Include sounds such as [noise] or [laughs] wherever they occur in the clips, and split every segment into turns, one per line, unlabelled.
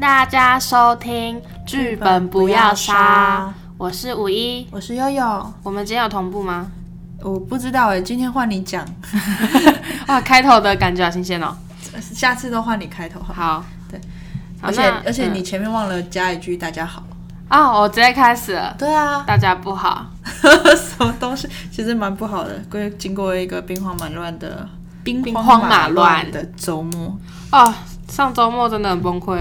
大家收听《剧本不要杀》，我是五一。
我是悠悠，
我们今天有同步吗？ [laughs]
我不知道哎，今天换你讲，
哇，开头的感觉好新鲜哦。
下次都换你开头好。
好，
对
好，
而且
那
而且
嗯
你前面忘了加一句“大家好
[laughs] 哦，我直接开始了”。。
对啊，
大家不好，
什么东西其实蛮不好的，经经过一个兵荒马乱的兵
荒马乱
的周末，
哦，上周末真的很崩溃，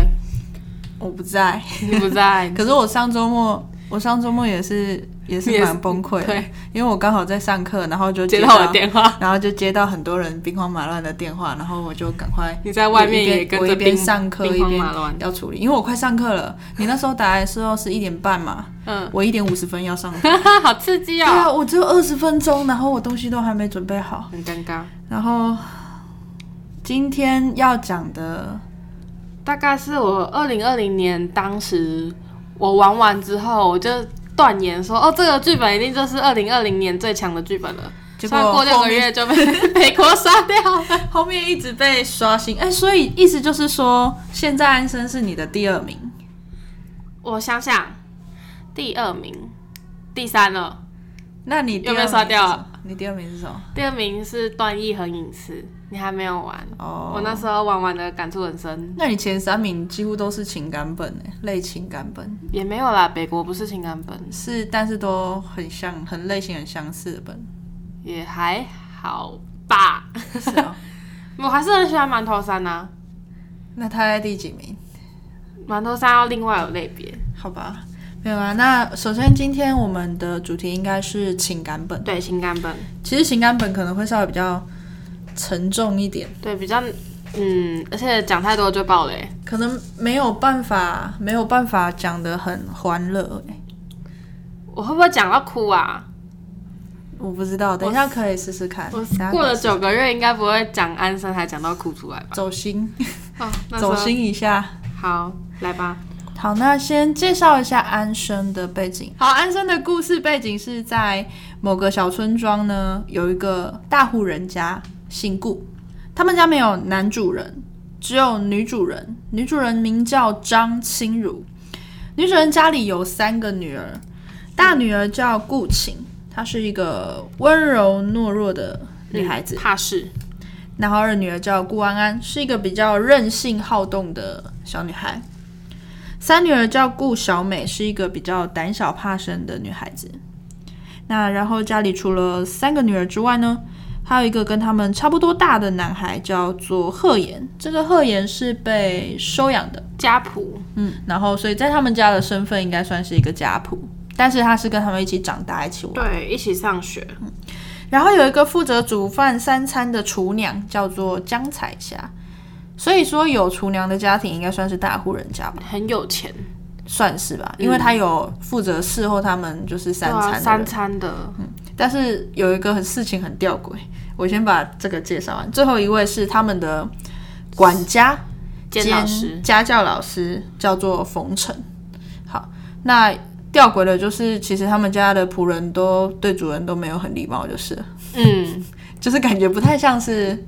我不在，，
你不在
可是我上周末我上周末也是也 [laughs] 是
也是
蛮崩溃的，
对，
因为我刚好在上课，然后就
接到
到
我的电话，
然后就接到很多人兵荒马乱的电话，然后我就赶快
你在外面
一边
也跟
我
着
一边
兵
上课
兵
一
荒
边
马乱。
要处理，因为我快上课了。你那时候打来的时候是一点半嘛，
嗯，
我一点五十分要上
[laughs]
课。
好刺激
对
哦，
啊，我只有二十分钟，然后我东西都还没准备好。
很尴尬。
然后今天要讲的，
大概是我二零二零年当时我玩完之后，我就断言说，哦，这个剧本一定就是二零二零年最强的剧本了。
结
虽然
果
过六
后
个
面
月就 [laughs] 被美国杀掉了。
[laughs] 后面一直被刷新。哎，所以意思就是说，现在安生是你的第二名。
我想想，第二名、第三了，
那你第二
又被
名
刷掉
是什
了
么你第二名是什么？
第二名是段奕恒影视，你还没有玩。
哦，
我那时候玩完的感触很深，
那你前三名几乎都是情感本诶，类情感本
也没有啦。北国不是情感本，
是，但是都很像，很类型很相似的本。
也还好吧。
是
哦
啊，
我还是很喜欢馒头山呐、
[laughs] 那他在第几名？
馒头山要另外有类别，
好吧，没有啊。那首先今天我们的主题应该是情感本，
对情感本，
其实情感本可能会稍微比较沉重一点，
对比较，嗯，而且讲太多就爆雷。
可能没有办法，没有办法讲得很欢乐、欸。
我会不会讲到哭啊？
我不知道，等一下可以试试看。
我
等一下
过了
可以试
九个月，应该不会讲安生还讲到哭出来吧？
走心，
哦，那时候
走心一下。
好，来吧。
好，那先介绍一下安生的背景。好，安生的故事背景是在某个小村庄呢，有一个大户人家姓顾，他们家没有男主人，只有女主人。女主人名叫张清如，女主人家里有三个女儿，大女儿叫顾晴，她是一个温柔懦弱的女孩子，
怕事，
然后二女儿叫顾安安，是一个比较任性好动的小女孩。三女儿叫顾小美，是一个比较胆小怕生的女孩子。那然后家里除了三个女儿之外呢，还有一个跟他们差不多大的男孩叫做贺岩。这个贺岩是被收养的，
家谱
嗯，然后所以在他们家的身份应该算是一个家谱，但是他是跟他们一起长大一起玩。
对，一起上学，
然后有一个负责煮饭三餐的厨娘，叫做江彩霞。所以说，有厨娘的家庭应该算是大户人家吧，
很有钱，
算是吧，因为她有负责侍候他们就是三餐的
对啊
人、嗯
三餐的，
但是有一个很事情很吊诡，我先把这个介绍完。最后一位是他们的管家
兼老师，
家教老师叫做冯晨。好，那吊诡的就是，其实他们家的仆人都对主人都没有很礼貌，就是了。
嗯，
就是感觉不太像是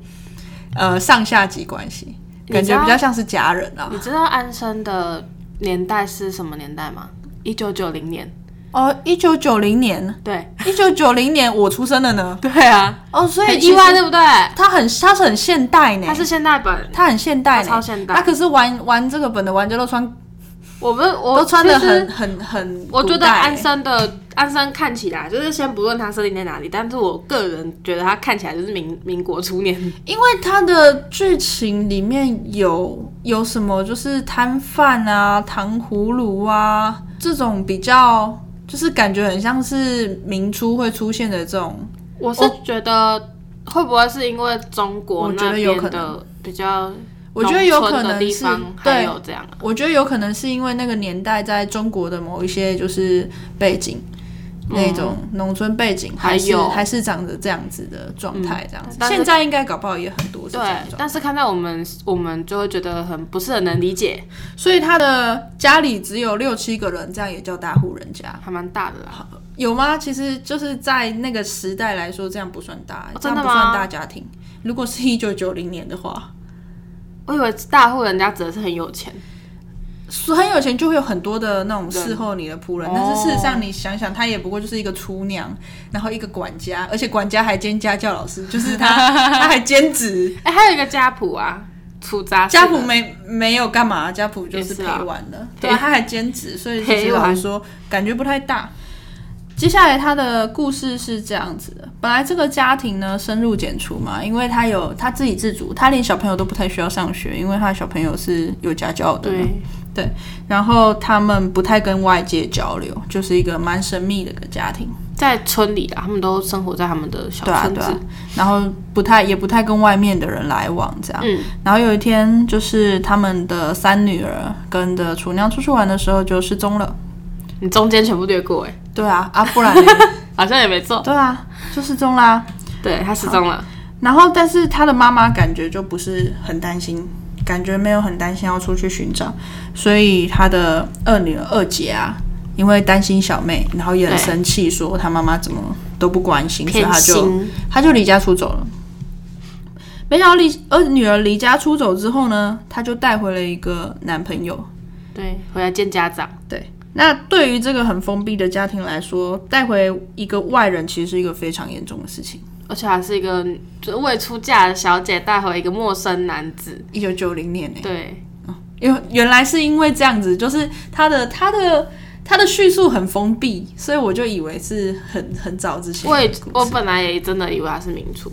呃上下级关系，
你
感
知
觉
道
比较像是家人啊。
你知道安生的年代是什么年代吗？一九九零年，
哦，一九九零年，
对，
[laughs] 一九九零年我出生了呢。
对啊，
[laughs] 哦，所以
很
其
意
实
外，对不对？
它很它是很现代呢
它，是现代本，
它很现代
它
呢，
超现代
那可是玩玩这个本的玩家都穿
我们我
都穿的
其实
很很很古代欸，
我觉得安生的安生看起来，就是先不论他设定在哪里，但是我个人觉得他看起来就是民民国初年，
因为它的剧情里面有有什么，就是摊贩啊、糖葫芦啊这种比较，就是感觉很像是明初会出现的这种。
我是觉得会不会是因为中国
我觉
那
得有
边
可
的比较，
我觉得有可能
地
是
方还
对，
有这样，
我觉得有可能是因为那个年代在中国的某一些就是背景。那种农村背景，还
嗯
是
还有嗯
还是长着这样子的状态，这样子。
但是
现在应该搞不好也很多是这
对
样的状态。，
但是看到我们我们就会觉得很不是很能理解，
所以他的家里只有六七个人，这样也叫大户人家。
还蛮大的啦，
有吗？其实就是在那个时代来说，这样不算大，
哦
这
真的
样
吗
不算大家庭。如果是一九九零年的话，
我以为大户人家指的是很有钱，
所很有钱就会有很多的那种伺候你的仆
人
人，但是事实
哦
上你想想，他也不过就是一个厨娘，然后一个管家，而且管家还兼家教老师，就
[laughs]
是他他还兼职。
哎、还有一个家谱啊，楚杂
家谱没没有干嘛，家谱就
也
是
是
陪
啊
玩的，
陪
对啊，他还兼职，所以其实
陪
老
玩
实说感觉不太大。接下来他的故事是这样子的：本来这个家庭呢深入简出嘛，因为他有他自给自足，他连小朋友都不太需要上学，因为他的小朋友是有家教的嘛。
对，
然后他们不太跟外界交流，就是一个蛮神秘的一个家庭，
在村里啊，他们都生活在他们的小
对啊
村
对
子，
啊，然后不太也不太跟外面的人来往这样。
嗯，
然后有一天，就是他们的三女儿跟着厨娘出去玩的时候就失踪了。
你中间全部略过哎、
对啊啊，不
[laughs]
然呢
好像也没做，
对啊就失踪啦。
对他失踪了，
然后，但是他的妈妈感觉就不是很担心，感觉没有很担心要出去寻找，所以他的二女儿二姐啊，因为担心小妹，然后也很
对
生气，说她妈妈怎么都不关心，所以
偏
她就
心，
她就离家出走了。没想到离二女儿离家出走之后呢，她就带回了一个男朋友，
对，回来见家长，
对，那对于这个很封闭的家庭来说，带回一个外人其实是一个非常严重的事情。
而且还是一个就是未出嫁的小姐带回一个陌生男子，
一九九零年呢、
对，
原原来是因为这样子，就是他的他的他的叙述很封闭，所以我就以为是很很早之前
我也
的故
我
事。
本来也真的以为他是名厨，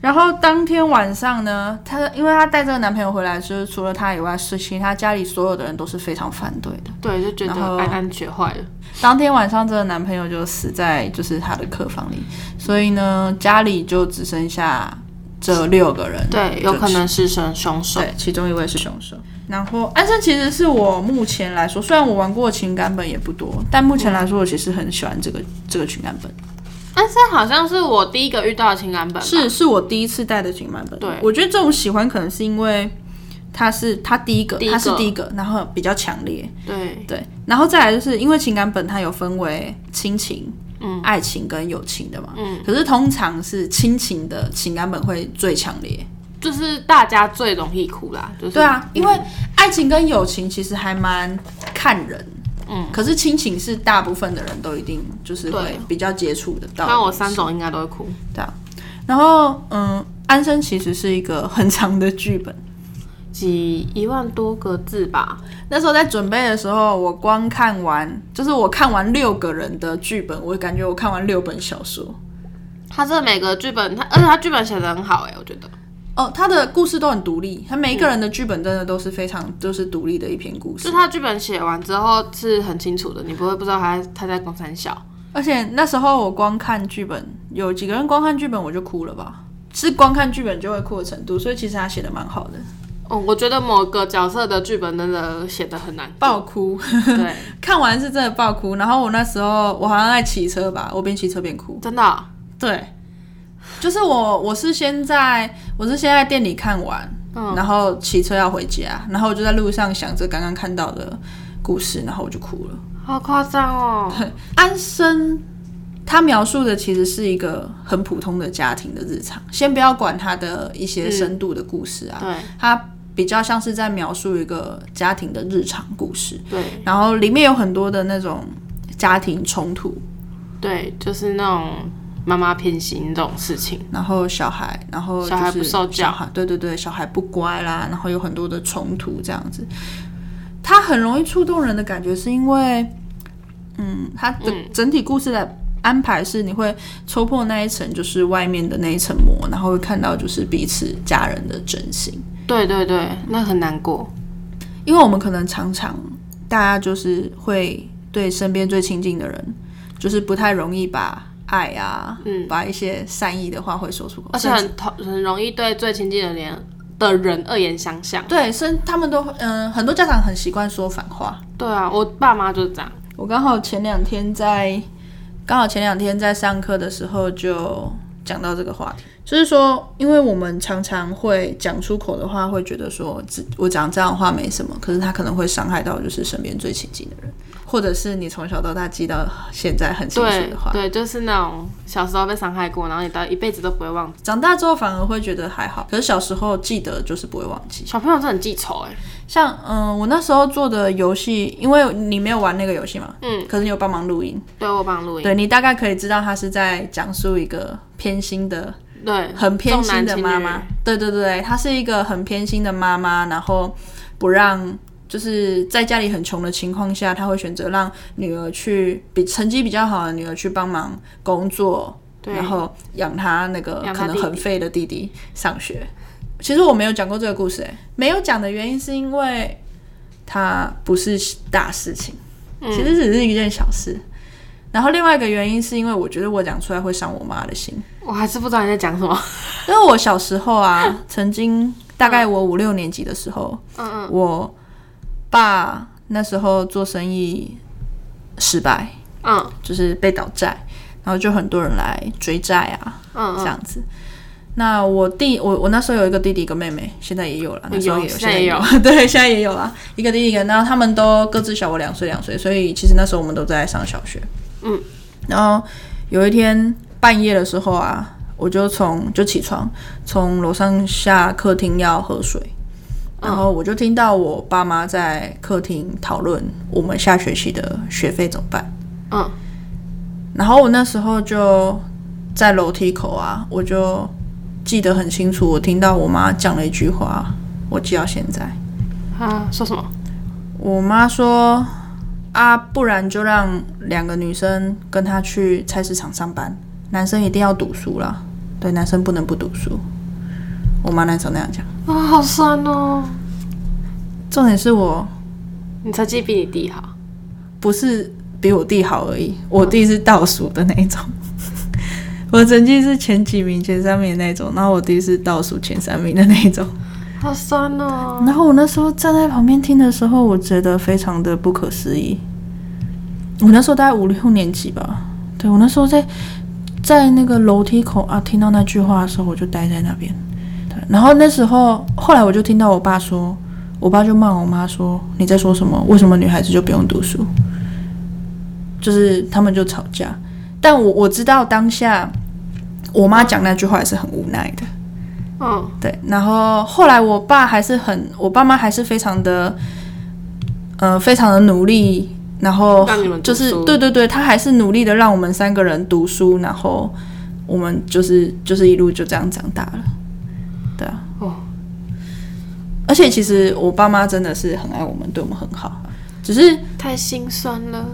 然后当天晚上呢，她因为她带这个男朋友回来，就是除了她以外，是其他家里所有的人都是非常反对的。
对，就觉
然后
得安安学坏了，
当天晚上，这个男朋友就死在就是她的客房里，所以呢，家里就只剩下这六个人。
对，有
就
可能是凶凶手，
呃对，其中一位是凶手。然后安生其实是我目前来说，虽然我玩过的情感本也不多，但目前来说，我其实很喜欢这个这个情感本，
安生好像是我第一个遇到的情感本吧，
是是我第一次带的情感本。
对
我觉得这种喜欢可能是因为它是它第一个，
第一
它是
个
第一个，然后比较强烈，
对，
对。然后再来就是因为情感本它有分为亲情。嗯，爱情跟友情的嘛，嗯，可是通常是亲情的情感本会最强烈，
就是大家最容易哭啦，就是嗯
对啊，因为爱情跟友情其实还蛮看人，嗯，可是亲情是大部分的人都一定就是会
对
比较接触得到的。
那我三种应该都会哭，
然后嗯，安生其实是一个很长的剧本。
几一万多个字吧，
那时候在准备的时候，我光看完，就是我看完六个人的剧本，我感觉我看完六本小说。
他这每个剧本，他而且他剧本写的很好哎、我觉得
哦，他的故事都很独立，他每一个人的剧本真的都是非常就是独立的一篇故
就
事。
他剧本写完之后是很清楚的，你不会不知道他他在公山小，
而且那时候我光看剧本，有几个人光看剧本我就哭了吧，是光看剧本就会哭的程度，所以其实他写的蛮好的，
哦，我觉得某个角色的剧本真的写的
[laughs]
很难，
爆哭，
对，
看完是真的爆哭。然后我那时候我好像在骑车吧，我边骑车边哭，
真的哦、
对，就是我我是先在我是先在店里看完，然后骑车要回家，然后我就在路上想着刚刚看到的故事，然后我就哭了。
好夸张哦，
安生他描述的其实是一个很普通的家庭的日常，先不要管他的一些深度的故事啊，
嗯对
他比较像是在描述一个家庭的日常故事，
对
然后里面有很多的那种家庭冲突，
对，就是那种妈妈偏心这种事情，
然后小孩，然后就是
小孩不受教
小孩对对对，小孩不乖啦，然后有很多的冲突这样子。他很容易触动人的感觉，是因为，嗯，他的整体故事
嗯
的安排是你会戳破那一层，就是外面的那一层膜，然后会看到就是彼此家人的真心。
对对对，那很难过，
因为我们可能常常大家就是会对身边最亲近的人，就是不太容易把爱啊，嗯，把一些善意的话会说出口，
而且很头很容易对最亲近的人的人恶言相向，
对，甚他们都嗯、很多家长很习惯说反话。
对啊，我爸妈就是这样，
我刚好前两天在，刚好前两天在上课的时候就讲到这个话题，就是说，因为我们常常会讲出口的话，会觉得说，自我讲这样的话没什么，可是他可能会伤害到就是身边最亲近的人。或者是你从小到大记到现在很清楚
对
的话，
对，就是那种小时候被伤害过，然后你到一辈子都不会忘记。
长大之后反而会觉得还好。可是小时候记得就是不会忘记。
小朋友真的很记仇哎、
像嗯，我那时候做的游戏，因为你没有玩那个游戏嘛，
嗯，
可是你有帮忙录音，
对我帮录音，
对你大概可以知道他是在讲述一个偏心的
对，
很偏
重
心
男
的
轻
妈
女
妈，对对对，她是一个很偏心的妈妈，然后不让就是在家里很穷的情况下，她会选择让女儿去比成绩比较好的女儿去帮忙工作，
对
然后养她那个
养她
可能
弟弟
很废的弟弟上学。其实我没有讲过这个故事、欸，没有讲的原因是因为它不是大事情，
嗯
其实只是一件小事。然后另外一个原因是因为我觉得我讲出来会伤我妈的心。
我还是不知道你在讲什么。
[laughs] 因为我小时候啊，曾经大概我五六年级的时候，
嗯嗯，
我爸那时候做生意失败，
嗯
就是被倒债，然后就很多人来追债啊，
嗯
这样子。那我弟，我我那时候有一个弟弟，一个妹妹，现在也有了，那时候也有，
哦有现在也有
现在也有， [laughs] 对，现在也有啦，一个弟弟一个，然后他们都各自小我两岁两岁，所以其实那时候我们都在上小学，
嗯，
然后有一天半夜的时候啊，我就从就起床，从楼上下客厅要喝水，
嗯
然后我就听到我爸妈在客厅讨论我们下学期的学费怎么办。
嗯，
然后我那时候就在楼梯口啊，我就记得很清楚，我听到我妈讲了一句话，我记到现在。
啊，说什么？
我妈说：“啊，不然就让两个女生跟她去菜市场上班，男生一定要读书啦。对，男生不能不读书。”我妈那时候那样讲。
啊、好酸哦！
重点是我
你成绩比你弟好，
不是比我弟好而已，我弟是倒数的那一种。 [laughs] 我成绩是前几名、前三名的那种，然后我弟是倒数前三名的那一种。
好酸哦！
然后我那时候站在旁边听的时候，我觉得非常的不可思议。我那时候大概五六年级吧，对我那时候在在那个楼梯口啊，听到那句话的时候，我就待在那边。对，然后那时候后来我就听到我爸说，我爸就骂我妈说：“你在说什么？为什么女孩子就不用读书？”就是他们就吵架，但我我知道当下我妈讲那句话也是很无奈的。
嗯，
对，然后后来我爸还是很，我爸妈还是非常的，呃，非常的努力，然后
让你们读
就是
书
对对对，他还是努力的让我们三个人读书，然后我们就是就是一路就这样长大了，对啊，
哦，
而且其实我爸妈真的是很爱我们，对我们很好，只是
太心酸了。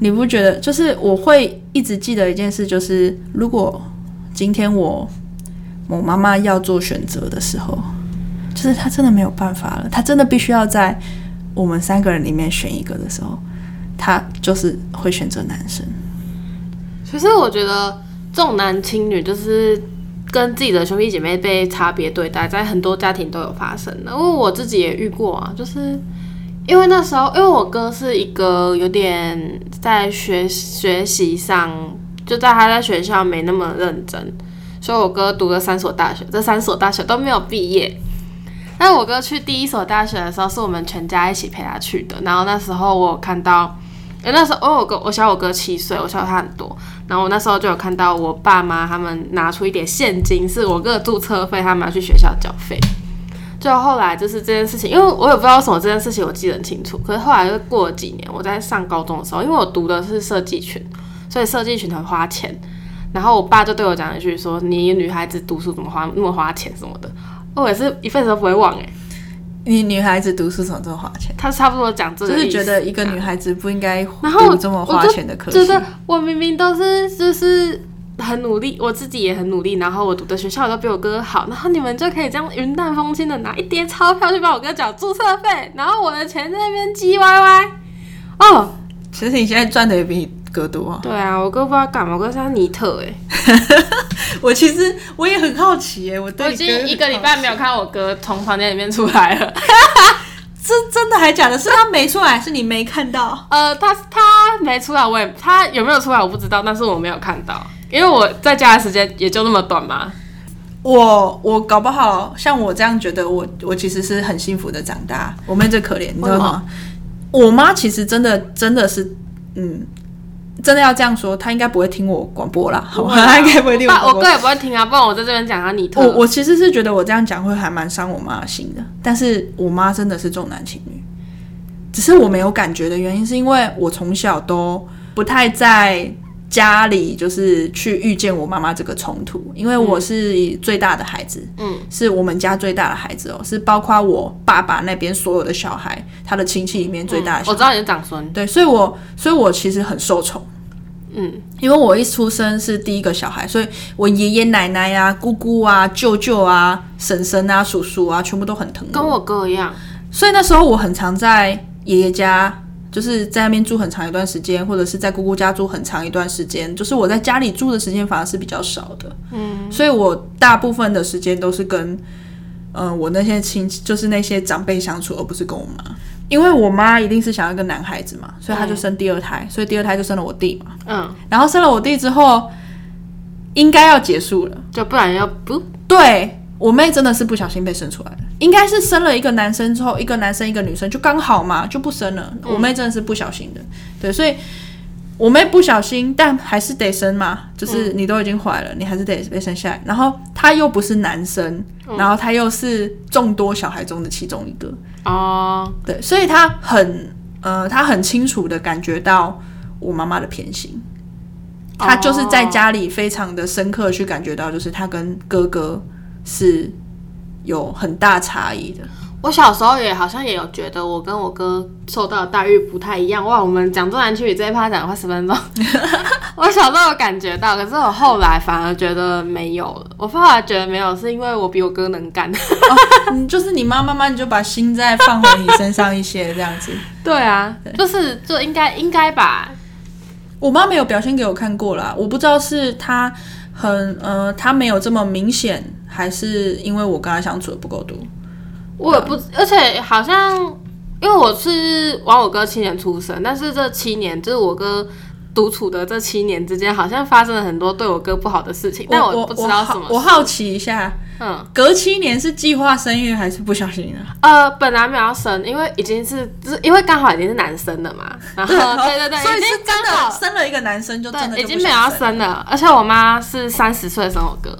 你不觉得？就是我会一直记得一件事，就是如果今天我我妈妈要做选择的时候，就是她真的没有办法了，她真的必须要在我们三个人里面选一个的时候，她就是会选择男生。
其实我觉得重男轻女就是跟自己的兄弟姐妹被差别对待，在很多家庭都有发生的。因为我自己也遇过啊，就是因为那时候，因为我哥是一个有点在学学习上，就在他在学校没那么认真，所以我哥读了三所大学，这三所大学都没有毕业。但我哥去第一所大学的时候，是我们全家一起陪他去的。然后那时候我有看到，诶那时候哦我有个我小我哥七岁，我小他很多。然后我那时候就有看到我爸妈他们拿出一点现金，是我哥的注册费，他们要去学校缴费。就后来就是这件事情，因为我也不知道为什么这件事情我记得很清楚。可是后来又过了几年，我在上高中的时候，因为我读的是设计群，所以设计群很花钱。然后我爸就对我讲了一句说：“你女孩子读书怎么花那么花钱什么的。”哦我也是一辈子都不会忘哎、
你女孩子读书怎么这么花钱？
他差不多讲这
就
个意思，
是觉得一个女孩子不应该
然后
读这么花钱的科
就
系
是。我明明都是就是很努力，我自己也很努力，然后我读的学校都比我哥好，然后你们就可以这样云淡风轻的拿一叠钞票去帮我哥缴注册费，然后我的钱在那边唧歪歪。哦，
其实你现在赚的也比你哥多啊。
对啊，我哥不知道干嘛，我哥是他尼特哎、
我其实我也很好奇耶、我对
我
你
已
哥
经
很
一个礼
好
拜
奇
没有看我哥从房间里面出来了。
这真的还假的？是他没出来，是你没看到？
[laughs] 呃，他他没出来，我也他有没有出来我不知道，但是我没有看到，因为我在家的时间也就那么短嘛。
我我搞不好像我这样觉得，我我其实是很幸福的长大，我没这可怜，你知道
为什
吗
么？
我妈其实真的真的是，嗯，真的要这样说，她应该不会听我广播啦，好吧？她应该不会啊听我
爸
广
我
播。
哥也不会听啊，不然我在这边讲他你特。
我我其实是觉得我这样讲会还蛮伤我妈的心的，但是我妈真的是重男轻女，只是我没有感觉的原因是因为我从小都不太在家里就是去遇见我妈妈这个冲突，因为我是最大的孩子，
嗯，
是我们家最大的孩子哦，是包括我爸爸那边所有的小孩，他的亲戚里面最大的
嗯
小
我
孩，
知道你是长孙，
对，所以我所以我其实很受宠。
嗯，
因为我一出生是第一个小孩，所以我爷爷奶奶啊、姑姑啊、舅舅啊、婶婶啊、叔叔啊，全部都很疼
跟
我。
我哥一样，
所以那时候我很常在爷爷家，就是在那边住很长一段时间，或者是在姑姑家住很长一段时间。就是我在家里住的时间反而是比较少的，嗯，所以我大部分的时间都是跟，嗯、我那些亲戚，就是那些长辈相处，而不是跟我妈。因为我妈一定是想要一个男孩子嘛，所以她就生第二胎，所以第二胎就生了我弟嘛。
嗯，
然后生了我弟之后，应该要结束了。
就不然要不，
对我妹真的是不小心被生出来的，应该是生了一个男生之后，一个男生一个女生就刚好嘛，就不生了。我妹真的是不小心的，对，所以我妹不小心，但还是得生嘛，就是你都已经怀了，你还是得被生下来。然后她又不是男生，然后她又是众多小孩中的其中一个，
哦，
对，所以她很呃，她很清楚的感觉到我妈妈的偏心。他就是在
哦
家里非常的深刻地去感觉到，就是他跟哥哥是有很大差异
[laughs]
的。
我小时候也好像也有觉得我跟我哥受到的待遇不太一样。哇，我们讲重男轻女这一趴讲了快十分钟，我小时候有感觉到，可是我后来反而觉得没有了。我后来觉得没有，是因为我比我哥能干。
嗯，就是你妈慢慢就把心再放回你身上一些这
[laughs]
样子。
对啊，就是就应该应该吧。
我妈没有表现给我看过啦，我不知道是她很呃，她没有这么明显，还是因为我跟她相处的不够多。
我也不，而且好像因为我是玩我哥七年出生，但是这七年就是我哥独处的这七年之间，好像发生了很多对我哥不好的事情，但
我
不知道什么
我好我好奇一下，
嗯，
隔七年是计划生育还是不小心啊？
呃，本来没有要生，因为已经是，就是因为刚好已经是男生了嘛，然后 [laughs] 对对对，
哦所以
已经
是真
刚
的
好
生了一个男生就真的
对，已
就不
经没有
想
要
生
生了，而且我妈是三十岁生我哥，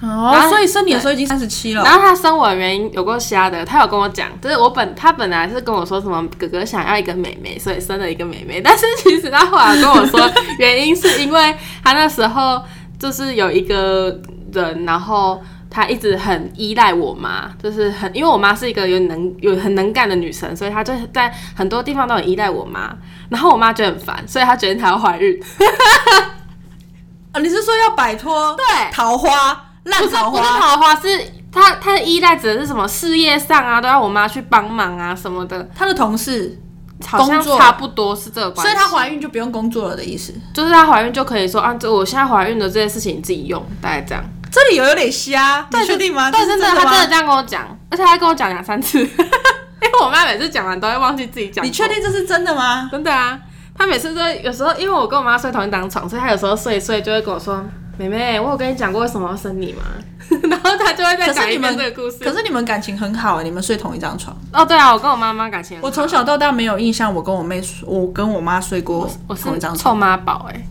然
哦，
后
所以生你的时候已经三十七了
[laughs] 然。后她生我的原因有够瞎的，她有跟我讲，就是我本她本来是跟我说什么哥哥想要一个妹妹，所以生了一个妹妹，但是其实她后来跟我说原因是因为她那时候就是有一个人，然后。她一直很依赖我妈，就是很因为我妈是一个有能有很能干的女生，所以她就在很多地方都很依赖我妈。然后我妈觉得很烦，所以她决定她要怀孕。
啊，你是说要摆脱
对
桃花 [laughs]
不
烂
是
桃
不是
花？
桃花，是她她的依赖指的是什么事业上啊，都要我妈去帮忙啊什么的。
他的同事，
好像
工作
差不多是这个关
所
系。
以她怀孕就不用工作了的意思。
就是她怀孕就可以说啊，这我现在怀孕的这件事情你自己用，大概这样。
这里有有点瞎，你确定吗？
对，
这
真
是
的，她
真
真的
吗？
这样跟我讲，而且她跟我讲两三次，因为我妈每次讲完都会忘记自己讲。
你确？定这是真的吗？
真的啊，她每次都会有时候，因为我跟我妈睡同一张床，所以她有时候睡一睡就会跟我说：“妹妹，我有跟你讲过为什么要生你吗？” [laughs] 然后她就会再
可是
讲
你
一遍
们
这个故事。
可是你们感情很好、欸你们睡同一张床。
哦，对啊，我跟我妈妈感情很好，
我从小到大没有印象，我跟我妹睡，我跟我妈睡过
我是
同一张
臭
床。
妈宝
[laughs]
哎。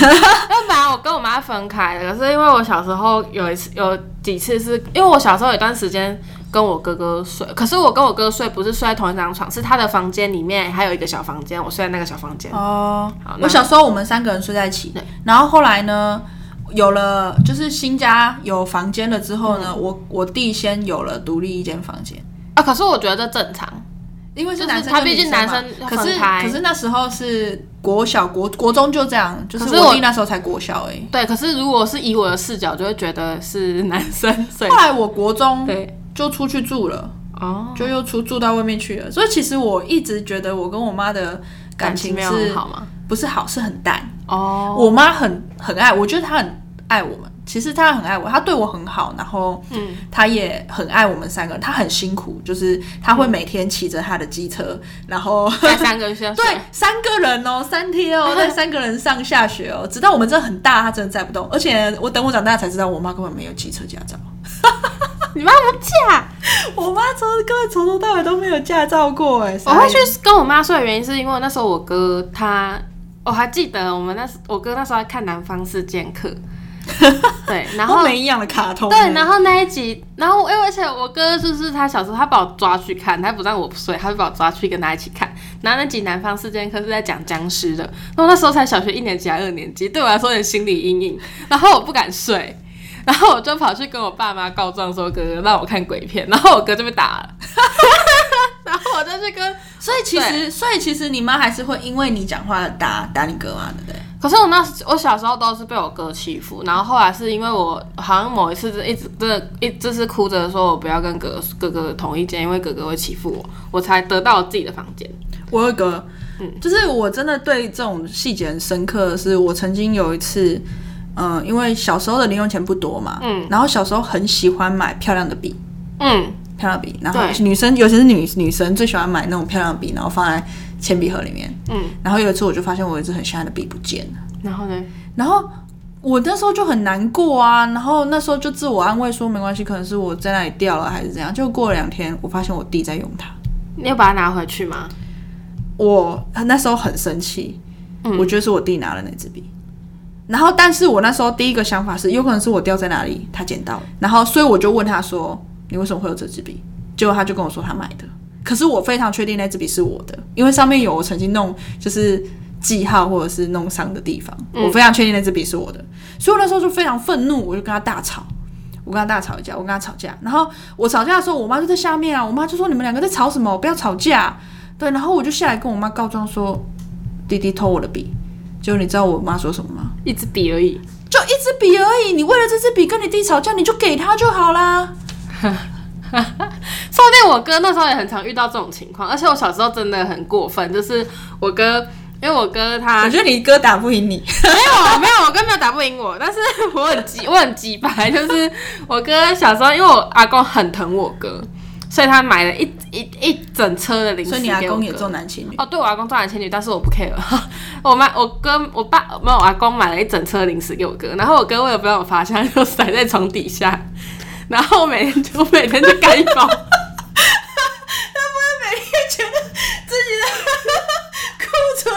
那本来我跟我妈分开的，可是因为我小时候有一次有几次是因为我小时候有一段时间跟我哥哥睡，可是我跟我哥睡不是睡在同一张床，是他的房间里面还有一个小房间，我睡在那个小房间。
哦
好，那
我小时候我们三个人睡在一起，然后后来呢，有了就是新家有房间了之后
嗯
呢，我我弟先有了独立一间房间。
啊，可是我觉得这正常，
因为是
就是
男生
他
跟女
毕竟
生嘛
男生
可是
分开
可是那时候是国小国国中就这样，就是
可是
我
我
弟那时候才国小而已。
对。可是如果是以我的视角，就会觉得是男生睡
[laughs] 后。来我国中
对，
就出去住了，
哦，
就又出住到外面去了。所以其实我一直觉得我跟我妈的
感
情
没有很
是
好吗？
不是好，是很淡。
哦， [laughs]
我妈很很爱，我觉得她很爱我们。其实她很爱我，她对我很好，然后
嗯
她也很爱我们三个人。她很辛苦，就是她会每天骑着她的机车，然 [laughs] 后
在三个先睡。
对，三个人哦，三天 [laughs] 哦，带三个人上下学哦，直到我们真的很大，他真的载不动。而且我等我长大才知道，我妈根本没有机车驾照。
你妈不嫁？
我妈从根本从头到尾都没有驾照过哎、
我会去跟我妈睡的原因是因为那时候我哥他，我还记得我们那时我哥那时候在看《南方四剑客》，对，然后
后没一欸样的卡通、哎
对，
呢，
然后那一集，然后因为而且我哥就是他小时候，他把我抓去看，他不让我睡，他就把我抓去跟他一起看。然后那集《南方四剑客》是在讲僵尸的，然后那时候才小学一年级还二年级，对我来说有点心理阴影，然后我不敢睡。然后我就跑去跟我爸妈告状说，哥哥让我看鬼片，然后我哥就被打了。 [laughs] 然后我就去跟，
所以其实所以其实你妈还是会因为你讲话打打你哥嘛，对不对？
可是我那时我小时候都是被我哥欺负，然后后来是因为我好像某一次一直真的一就是哭着说我不要跟哥哥哥同一间，因为哥哥会欺负我，我才得到自己的房间。
我有一个，
嗯
就是我真的对这种细节很深刻的是，我曾经有一次，嗯、因为小时候的零用钱不多嘛，嗯，然后小时候很喜欢买漂亮的笔，
嗯，
漂亮笔，然后
对
女生尤其是女女生最喜欢买那种漂亮的笔，然后放在铅笔盒里面，
嗯，
然后有一次我就发现我有一支很心爱的笔不见了。
然后呢？
然后我那时候就很难过啊，然后那时候就自我安慰说没关系，可能是我在那里掉了还是怎样。就过了两天，我发现我弟在用它，
你有把它拿回去吗？
我呃那时候很生气，我觉得是我弟拿了那支笔。然后，但是我那时候第一个想法是，有可能是我掉在哪里，他捡到了。然后，所以我就问他说：“你为什么会有这支笔？”结果他就跟我说他买的。可是我非常确定那支笔是我的，因为上面有我曾经弄就是记号或者是弄伤的地方，我非常确定那支笔是我的。所以我那时候就非常愤怒，我就跟他大吵，我跟他大吵一架，我跟他吵架。然后我吵架的时候，我妈就在下面啊，我妈就说你们两个在吵什么？不要吵架。对，然后我就下来跟我妈告状说，弟弟偷我的笔。结果你知道我妈说什么吗？
一支笔而已。
就一支笔而已，你为了这支笔跟你弟吵架，你就给他就好啦。
说不定我哥那时候也很常遇到这种情况，而且我小时候真的很过分，就是我哥，因为我哥他
我觉得啊你哥打不赢你，
没有没有，我哥没有打不赢我，但是我很急， [laughs] 我很急白，就是我哥小时候，因为我阿公很疼我哥，所以他买了一一一整车的零食
所以你阿
给我
公也
哥
重男 [laughs] 轻女。
哦，对我阿公重男轻女，但是我不 care。我 [laughs] 妈、我哥、我爸没有，我阿公买了一整车零食给我哥，然后我哥为了不让我发现，他就塞在床底下， [laughs] 然后我每天就我每天就干一包。
每天觉得自己的 [laughs] 库存，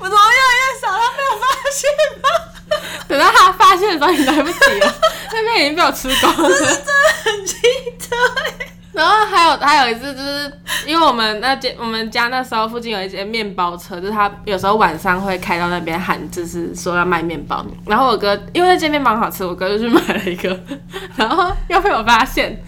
我怎么越来越少，他没有发现吗？ [laughs]
等到他发现的时候，已经来不及了，那边已经被我吃光了。
很欸记得。
然后还有还有一次，就是因为我们那间我们家那时候附近有一间面包车，就是他有时候晚上会开到那边喊，就是说要卖面包。然后我哥因为那间面包很好吃，我哥就去买了一个， [laughs] 然后又被我发现，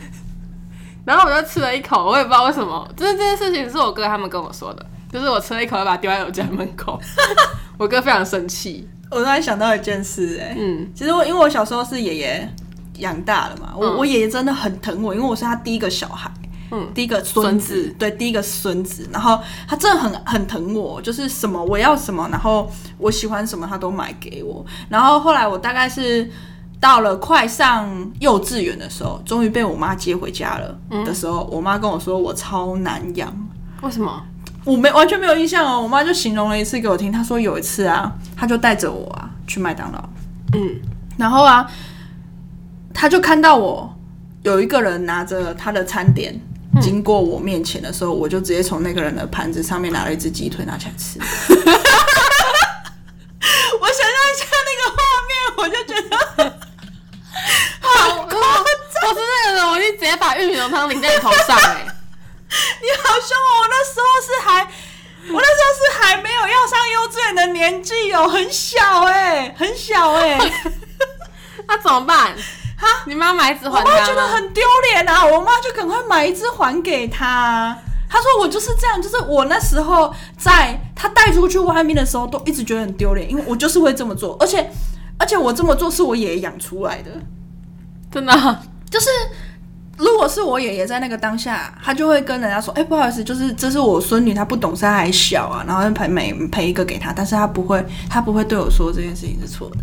然后我就吃了一口，我也不知道为什么，就是这件事情是我哥他们跟我说的，就是我吃了一口，就把它丢在我家门口， [laughs] 我哥非常生气。
我突然想到一件事、哎，
嗯，
其实我因为我小时候是爷爷养大的嘛，我、
嗯
我爷爷真的很疼我，因为我是他第一个小孩。
嗯
第一个孙子，
孙子
对，第一个孙子，然后他真的很很疼我，就是什么我要什么，然后我喜欢什么他都买给我。然后后来我大概是到了快上幼稚园的时候，终于被我妈接回家了、
嗯
的时候，我妈跟我说我超难养，
为什么？
我没完全没有印象哦。我妈就形容了一次给我听，她说有一次啊，她就带着我啊去麦当劳，
嗯，
然后啊，她就看到我有一个人拿着他的餐点经过我面前的时候，我就直接从那个人的盘子上面拿了一只鸡腿拿起来吃。 [laughs] 我想象一下那个画面，我就觉得
好夸张！ [laughs] 我是那个人，我就直接把玉米浓汤淋在你头上、哎。
你好凶哦！我那时候是还。我那时候是还没有要上幼稚园的年纪哦，很小哎、很小哎、
[laughs] 那怎么办？
哈，
你妈买一只
我
还
妈
他
觉得
吗？
很丢脸啊，我妈就赶快买一只还给她。她说我就是这样，就是我那时候在她带出去外面的时候，都一直觉得很丢脸，因为我就是会这么做，而且而且我这么做是我爷爷养出来的，
真的啊，
就是如果是我爷爷在那个当下，他就会跟人家说：“哎、不好意思，就是这是我孙女，她不懂事，她还小啊，然后赔每赔一个给她，但是她不会，她不会对我说这件事情是错的。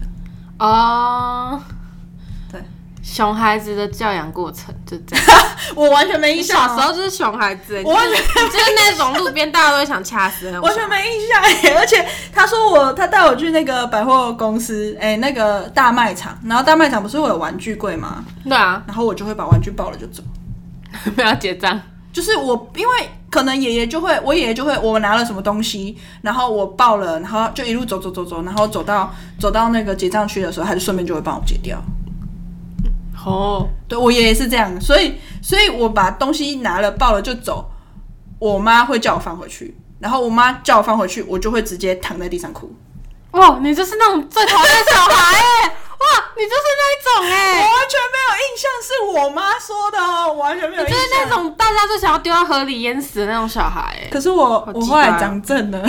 哦，
对，
熊孩子的教养过程就这样。
我完全没
你
印
小
象
时
啊，
候就是熊孩子，欸
我完全
你就是那种路边大家都会想掐死的那种
完全没印象耶。啊而且他说我，他带我去那个百货公司，哎、那个大卖场，然后大卖场不是会有玩具柜吗？
对啊，
然后我就会把玩具抱了就走。
不要啊结账。
就是我，因为可能爷爷就会，我爷爷就会，我拿了什么东西，然后我抱了，然后就一路走走走走，然后走到走到那个结账区的时候，他就顺便就会帮我结掉。
哦，
对我爷爷是这样，所以所以我把东西拿了抱了就走，我妈会叫我放回去，然后我妈叫我放回去，我就会直接躺在地上哭。
哇，哦你就是那种最讨厌的小孩哎、 [laughs] 哇，你就是那一种
我
哎、
完全没有印象，是我妈说的哦，我完全没有
你
印
就是啊
象。
那种大家都想要丢到河里淹死的那种小孩哎、
可是我
好
我
鸡
后来
巴
长正了，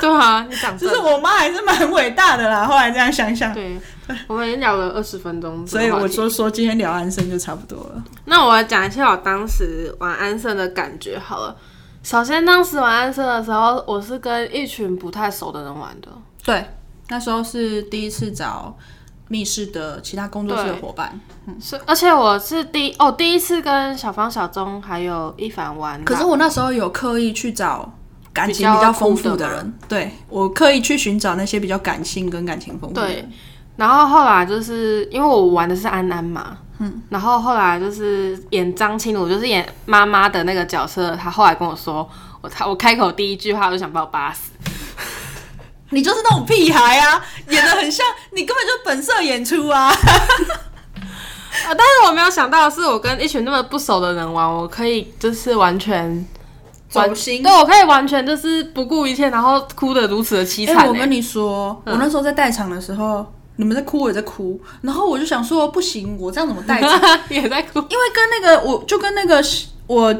对啊，你长这
[laughs] 就，是我妈还是蛮伟大的啦。后来这样想想，
对，我们已经聊了二十分钟，
所以我
说。
说说今天聊安生就差不多了。
那我来讲一下我当时玩安生的感觉好了。首先，当时玩安生的时候，我是跟一群不太熟的人玩的，
对，那时候是第一次找密室的其他工作室的伙伴，
是而且我是第哦第一次跟小芳、小钟还有一凡玩啦。
可是我那时候有刻意去找感情
比较
比较丰富
酷的
的人，对我刻意去寻找那些比较感性跟感情丰富的人。
对，然后后来就是因为我玩的是安安嘛，嗯，然后后来就是演张清鲁，就是演妈妈的那个角色，她后来跟我说，我她我开口第一句话就想把我扒死，
你就是那种屁孩啊，演的很像，你根本就本色演出啊。
啊，但是我没有想到的是，我跟一群那么不熟的人玩，我可以就是完全完
走心
对我可以完全就是不顾一切，然后哭得如此的凄
哎、
惨、欸。嗯
我跟你说，我那时候在代场的时候，你们在哭，我也在哭，然后我就想说，不行，我这样怎么代
[laughs]
场？
欸也在哭，
因为跟那个，我就跟那个我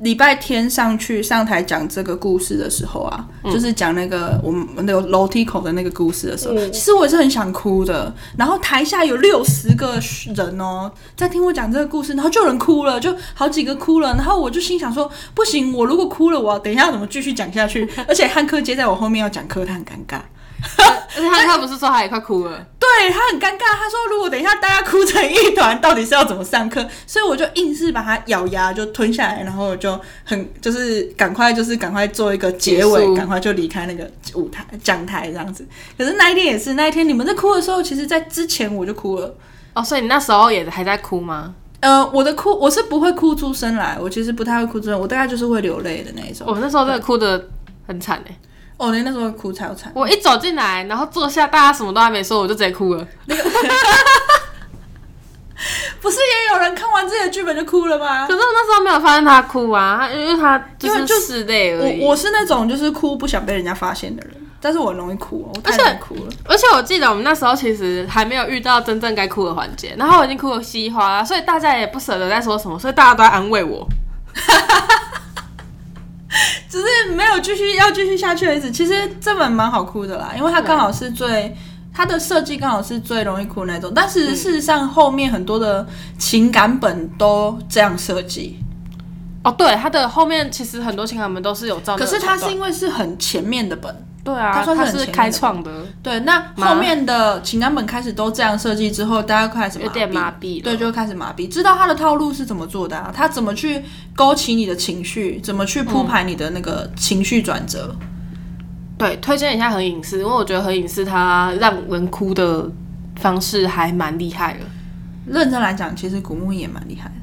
礼拜天上去上台讲这个故事的时候啊，
嗯
就是讲那个我们那个楼梯口的那个故事的时
嗯
候，其实我也是很想哭的。然后台下有六十个人哦，在听我讲这个故事，然后就有人哭了，就好几个哭了。然后我就心想说，不行，我如果哭了，我要等一下要怎么继续讲
[laughs]
下去？而且汉克接在我后面要讲课，他很尴尬。
而且他他不是说他也快哭了，
对他很尴尬，他说如果等一下大家哭成一团，到底是要怎么上课？所以我就硬是把它咬牙就吞下来，然后我就很就是赶快就是赶快做一个结
结束
尾，赶快就离开那个舞台讲台这样子。可是那一天也是，那一天你们在哭的时候，其实在之前我就哭了。
哦，所以你那时候也还在哭吗？
呃，我的哭我是不会哭出声来，我其实不太会哭出声，我大概就是会流泪的那一种。
我那时候真的哭得很惨哎、
哦，那那时候哭超惨。
我一走进来，然后坐下，大家什么都还没说，我就直接哭了。
不是也有人看完自己的剧本就哭了吗
可？是我那时候没有发现他哭啊，他因为他就
因
是
为就
室内而已。
我我是那种就是哭不想被人家发现的人，但是我很容易哭，哦我太
而且
容易哭了。
而且我记得我们那时候其实还没有遇到真正该哭的环节，然后我已经哭得稀里哗啦，所以大家也不舍得在说什么，所以大家都在安慰我。
只是没有继续要继续下去的意思。其实这本蛮好哭的啦，因为它刚好是最它的设计刚好是最容易哭那种，但是事实上后面很多的情感本都这样设计，
哦，对，他的后面其实很多情感们都是有照那
可
个
是
桥
它
段，
是因为是哦很前面的本。
对啊，
它算是
他
很
是
前面
开
的
创的，
对，那
麻
后面的情感本开始都这样设计之后，大家开始
有点麻痹了
对，就开始麻痹，知道他的套路是怎么做的啊？他怎么去勾起你的情绪，怎么去铺排你的那个情绪转折？
对，推荐一下何影视，因为我觉得何影视他让人哭的方式还蛮厉害的。
认真来讲，其实古墓也蛮厉害的。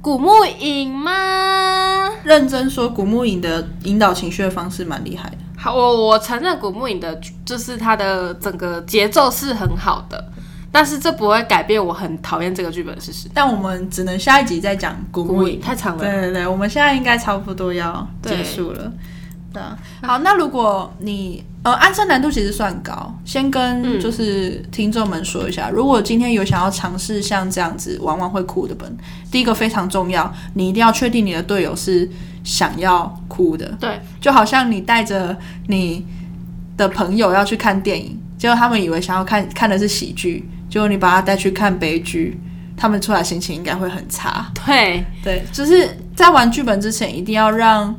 古墓影吗？
认真说，古墓影的引导情绪的方式蛮厉害的。
好，我我承认古墓影的，就是它的整个节奏是很好的，但是这不会改变我很讨厌这个剧本的事实。
但我们只能下一集再讲古墓
古
影。
影太长
对
了，
对对，我们现在应该差不多要
对
结束了。对啊，好，那如果你呃，安生难度其实算高，先
嗯
跟就是听众们说一下，如果今天有想要尝试像这样子玩玩会哭的本，第一个非常重要，你一定要确定你的队友是想要哭的，
对，
就好像你带着你的朋友要去看电影，结果他们以为想要看看的是喜剧，结果你把他带去看悲剧，他们出来心情应该会很差。
对，
对，就是在玩剧本之前，一定要让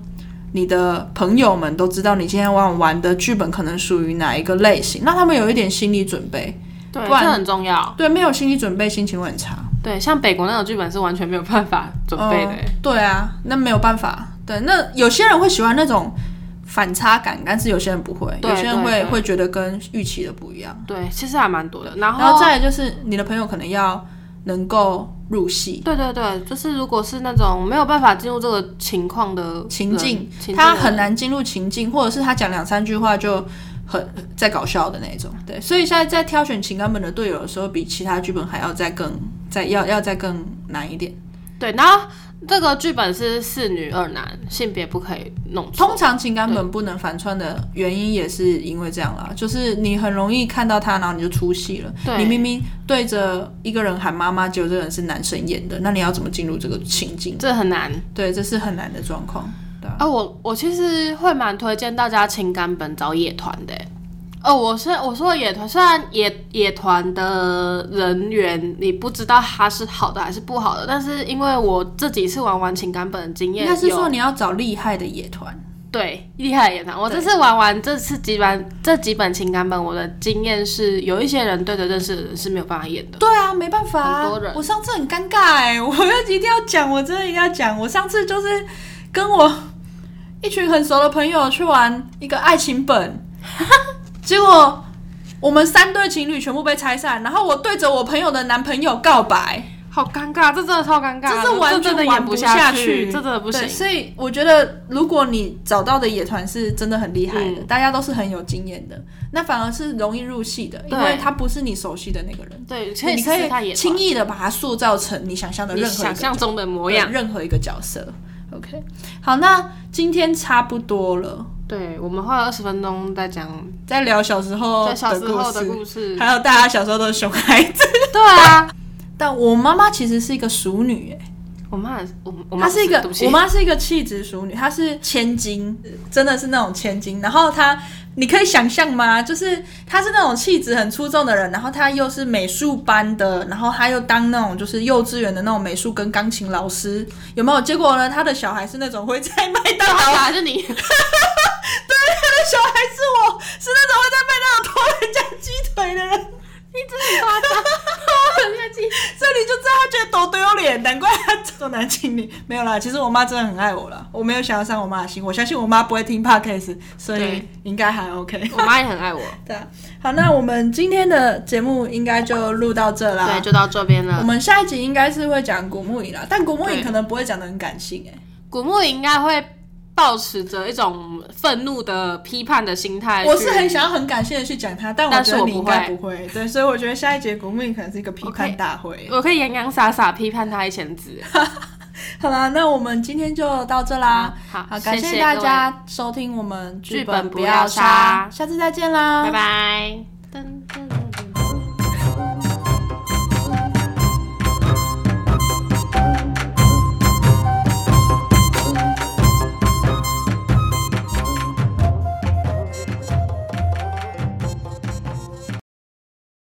你的朋友们都知道你今天玩玩的剧本可能属于哪一个类型，让他们有一点心理准备。
对，
不然
这很重要。
对，没有心理准备，心情会很差。
对，像北国那种剧本是完全没有办法准备的、
嗯对啊，那没有办法。对，那有些人会喜欢那种反差感，但是有些人不会，
对
有些人
对
会
对
会觉得跟预期的不一样。
对，其实还蛮多的。然后，
然后再来就是你的朋友可能要能够入戏
对对对，就是如果是那种没有办法进入这个情况的
情
人
境
情，境啊
他
的
很难进入情境，或者是他讲两三句话就很在搞笑的那种。对，所以现在在挑选情感本的队友的时候，比其他剧本还要再更再要要再更难一点。
对，然后这个剧本是四女二男，性别不可以弄错。
通常情感本不能反串的原因也是因为这样啦，就是你很容易看到他，然后你就出戏了。
对
你明明对着一个人喊妈妈，结果这个人是男生演的，那你要怎么进入这个情境？
这很难
对，这是很难的状况。对啊，
啊！我我其实会蛮推荐大家情感本找野团的欸。哦，我是我说的野团，虽然野野团的人员你不知道他是好的还是不好的，但是因为我自己是玩完情感本的经验，
应该是
有
说你要找厉害的野团，
对，厉害的演唱。我这次玩完这次几版这几本情感本，我的经验是，有一些人对着认识的人是没有办法演的。
对啊，没办法、啊，
很多人
我上次很尴尬哎、 [laughs] 我要一定要讲，我真的一定要讲。我上次就是跟我一群很熟的朋友去玩一个爱
[laughs]
情本，结果我们三对情侣全部被拆散，然后我对着我朋友的男朋友告白，
好尴尬，这真的超尴尬的，
这是完
真的
全
演
玩
不
下
去，这真的不
对
行。
所以我觉得，如果你找到的野团是真的很厉害的，
嗯
大家都是很有经验的，那反而是容易入戏的，因为
对
他不是你熟悉的那个人。
对，可以
你可
试试看
以
演
轻易的把它塑造成你想象的
你
任何一
想
个
象中的模
对
样。
任何一个角色。OK，好，那今天差不多了，
对，我们花了二十分钟在讲
在聊小时候
在小时候哦的
的故
故事
事，。还有大家小时候的熊孩子。 [laughs]
对啊，
但我妈妈其实是一个熟女，哎，
我妈也是，我我妈
她是一个
对不起
我妈是一个气质熟女，她是千金，真的是那种千金。然后她，你可以想象吗？就是她是那种气质很出众的人，然后她又是美术班的，然后她又当那种就是幼稚园的那种美术跟钢琴老师，有没有？结果呢，她的小孩是那种会在麦当
[laughs]
劳
好啦，就你
小孩是我是那种会在麦当劳偷人家鸡腿的人， [laughs] 这里就知道他觉得多丢脸，难怪他重男轻女。没有啦，其实我妈真的很爱我啦，我没有想要伤我妈的心，我相信我妈不会听 podcast，所以
对
应该还 OK。
我妈也很爱我。
对啊，好，那我们今天的节目应该就录到这啦。
对，就到这边
我
了。
们下一集应该是会讲古墓影啦，但古墓影
对
可能不会讲的很感性哎、
古墓应该会抱持着一种愤怒的批判的心态去。
我是很想要很感性的去讲它，但我
但是
觉得
我
你
不
应该
会
不会，对，所以我觉得下一节古墓影可能是一个批判
OK
大会。
我可以洋洋洒洒批判他一千字。
好啦，那我们今天就到这啦。
好
好，感
谢
谢
谢
大
各位
家收听我们剧
剧
本
本
不
不
要
要
杀，
杀
下次再见啦，
拜拜。噔噔噔